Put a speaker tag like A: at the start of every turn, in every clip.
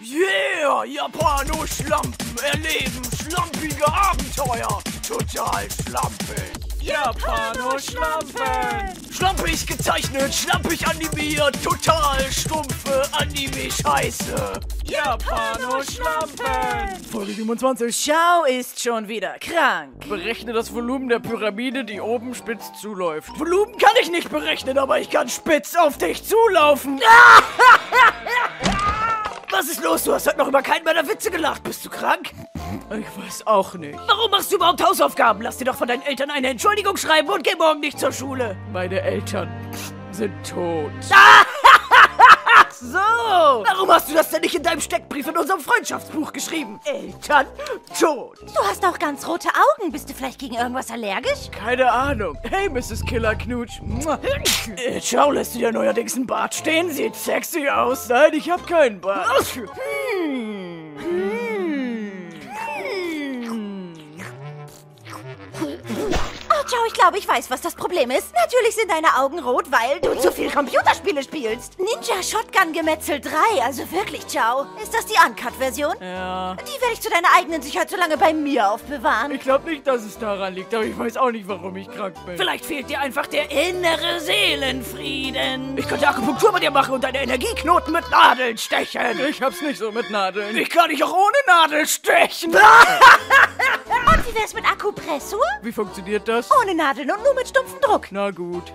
A: Yeah, Japano-Schlampen erleben schlampige Abenteuer. Total schlampig.
B: Japano-Schlampen.
A: Schlampig gezeichnet, schlampig animiert, total stumpfe Anime-Scheiße.
B: Japano-Schlampen.
A: Folge 27.
B: Schau ist schon wieder krank.
A: Berechne das Volumen der Pyramide, die oben spitz zuläuft. Volumen kann ich nicht berechnen, aber ich kann spitz auf dich zulaufen. Was ist los? Du hast heute noch über keinen meiner Witze gelacht. Bist du krank? Ich weiß auch nicht. Warum machst du überhaupt Hausaufgaben? Lass dir doch von deinen Eltern eine Entschuldigung schreiben und geh morgen nicht zur Schule. Meine Eltern sind tot. So! Warum hast du das denn nicht in deinem Steckbrief in unserem Freundschaftsbuch geschrieben? Eltern tot.
B: Du hast auch ganz rote Augen. Bist du vielleicht gegen irgendwas allergisch?
A: Keine Ahnung. Hey, Mrs. Killer Knutsch. Mua. Äh, Ciao, lässt du dir neuerdings einen Bart stehen? Sieht sexy aus. Nein, ich hab keinen Bart.
B: Oh, Joe, ich glaube, ich weiß, was das Problem ist. Natürlich sind deine Augen rot, weil du zu viel Computerspiele spielst. Ninja Shotgun Gemetzel 3, also wirklich, Joe. Ist das die Uncut-Version?
A: Ja.
B: Die werde ich zu deiner eigenen Sicherheit so lange bei mir aufbewahren.
A: Ich glaube nicht, dass es daran liegt, aber ich weiß auch nicht, warum ich krank bin. Vielleicht fehlt dir einfach der innere Seelenfrieden. Ich könnte Akupunktur mit dir machen und deine Energieknoten mit Nadeln stechen. Ich hab's nicht so mit Nadeln. Ah. Ich kann dich auch ohne Nadel stechen.
B: Und wie wär's mit Akupressur?
A: Wie funktioniert das?
B: Ohne Nadeln und nur mit stumpfem Druck.
A: Na gut.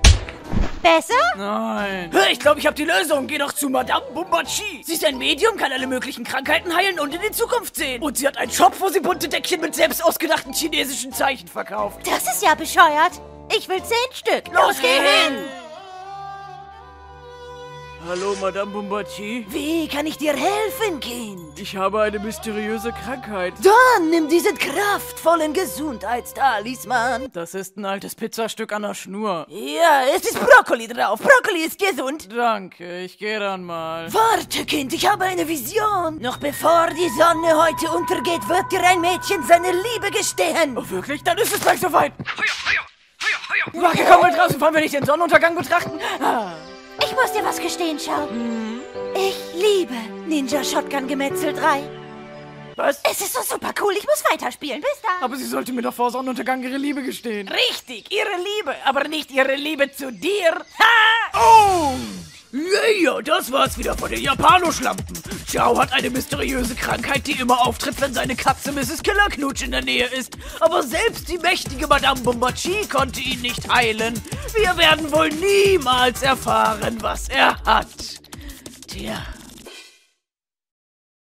B: Besser?
A: Nein. Ich glaube, ich habe die Lösung. Geh doch zu Madame Bumbachi. Sie ist ein Medium, kann alle möglichen Krankheiten heilen und in die Zukunft sehen. Und sie hat einen Shop, wo sie bunte Deckchen mit selbst ausgedachten chinesischen Zeichen verkauft.
B: Das ist ja bescheuert. Ich will zehn Stück. Los, geh hin!
A: Hallo, Madame Bumbachi.
B: Wie kann ich dir helfen, Kind?
A: Ich habe eine mysteriöse Krankheit.
B: Dann nimm diesen kraftvollen Gesundheitstalisman.
A: Das ist ein altes Pizzastück an der Schnur.
B: Ja, es ist Brokkoli drauf. Brokkoli ist gesund.
A: Danke, ich gehe dann mal.
B: Warte, Kind, ich habe eine Vision. Noch bevor die Sonne heute untergeht, wird dir ein Mädchen seine Liebe gestehen.
A: Oh, wirklich? Dann ist es gleich soweit. Wacke, komm mal draußen, wollen wir nicht den Sonnenuntergang betrachten? Ah.
B: Ich muss dir was gestehen, Schau. Ich liebe Ninja Shotgun Gemetzel 3.
A: Was?
B: Es ist so super cool. Ich muss weiterspielen. Bis dann.
A: Aber sie sollte mir doch vor Sonnenuntergang ihre Liebe gestehen.
C: Richtig, ihre Liebe, aber nicht ihre Liebe zu dir. Ha!
A: Oh! Yeah, das war's wieder von den Japanoschlampen. Chao hat eine mysteriöse Krankheit, die immer auftritt, wenn seine Katze Mrs. Killerknutsch in der Nähe ist. Aber selbst die mächtige Madame Bombachi konnte ihn nicht heilen. Wir werden wohl niemals erfahren, was er hat. Tja.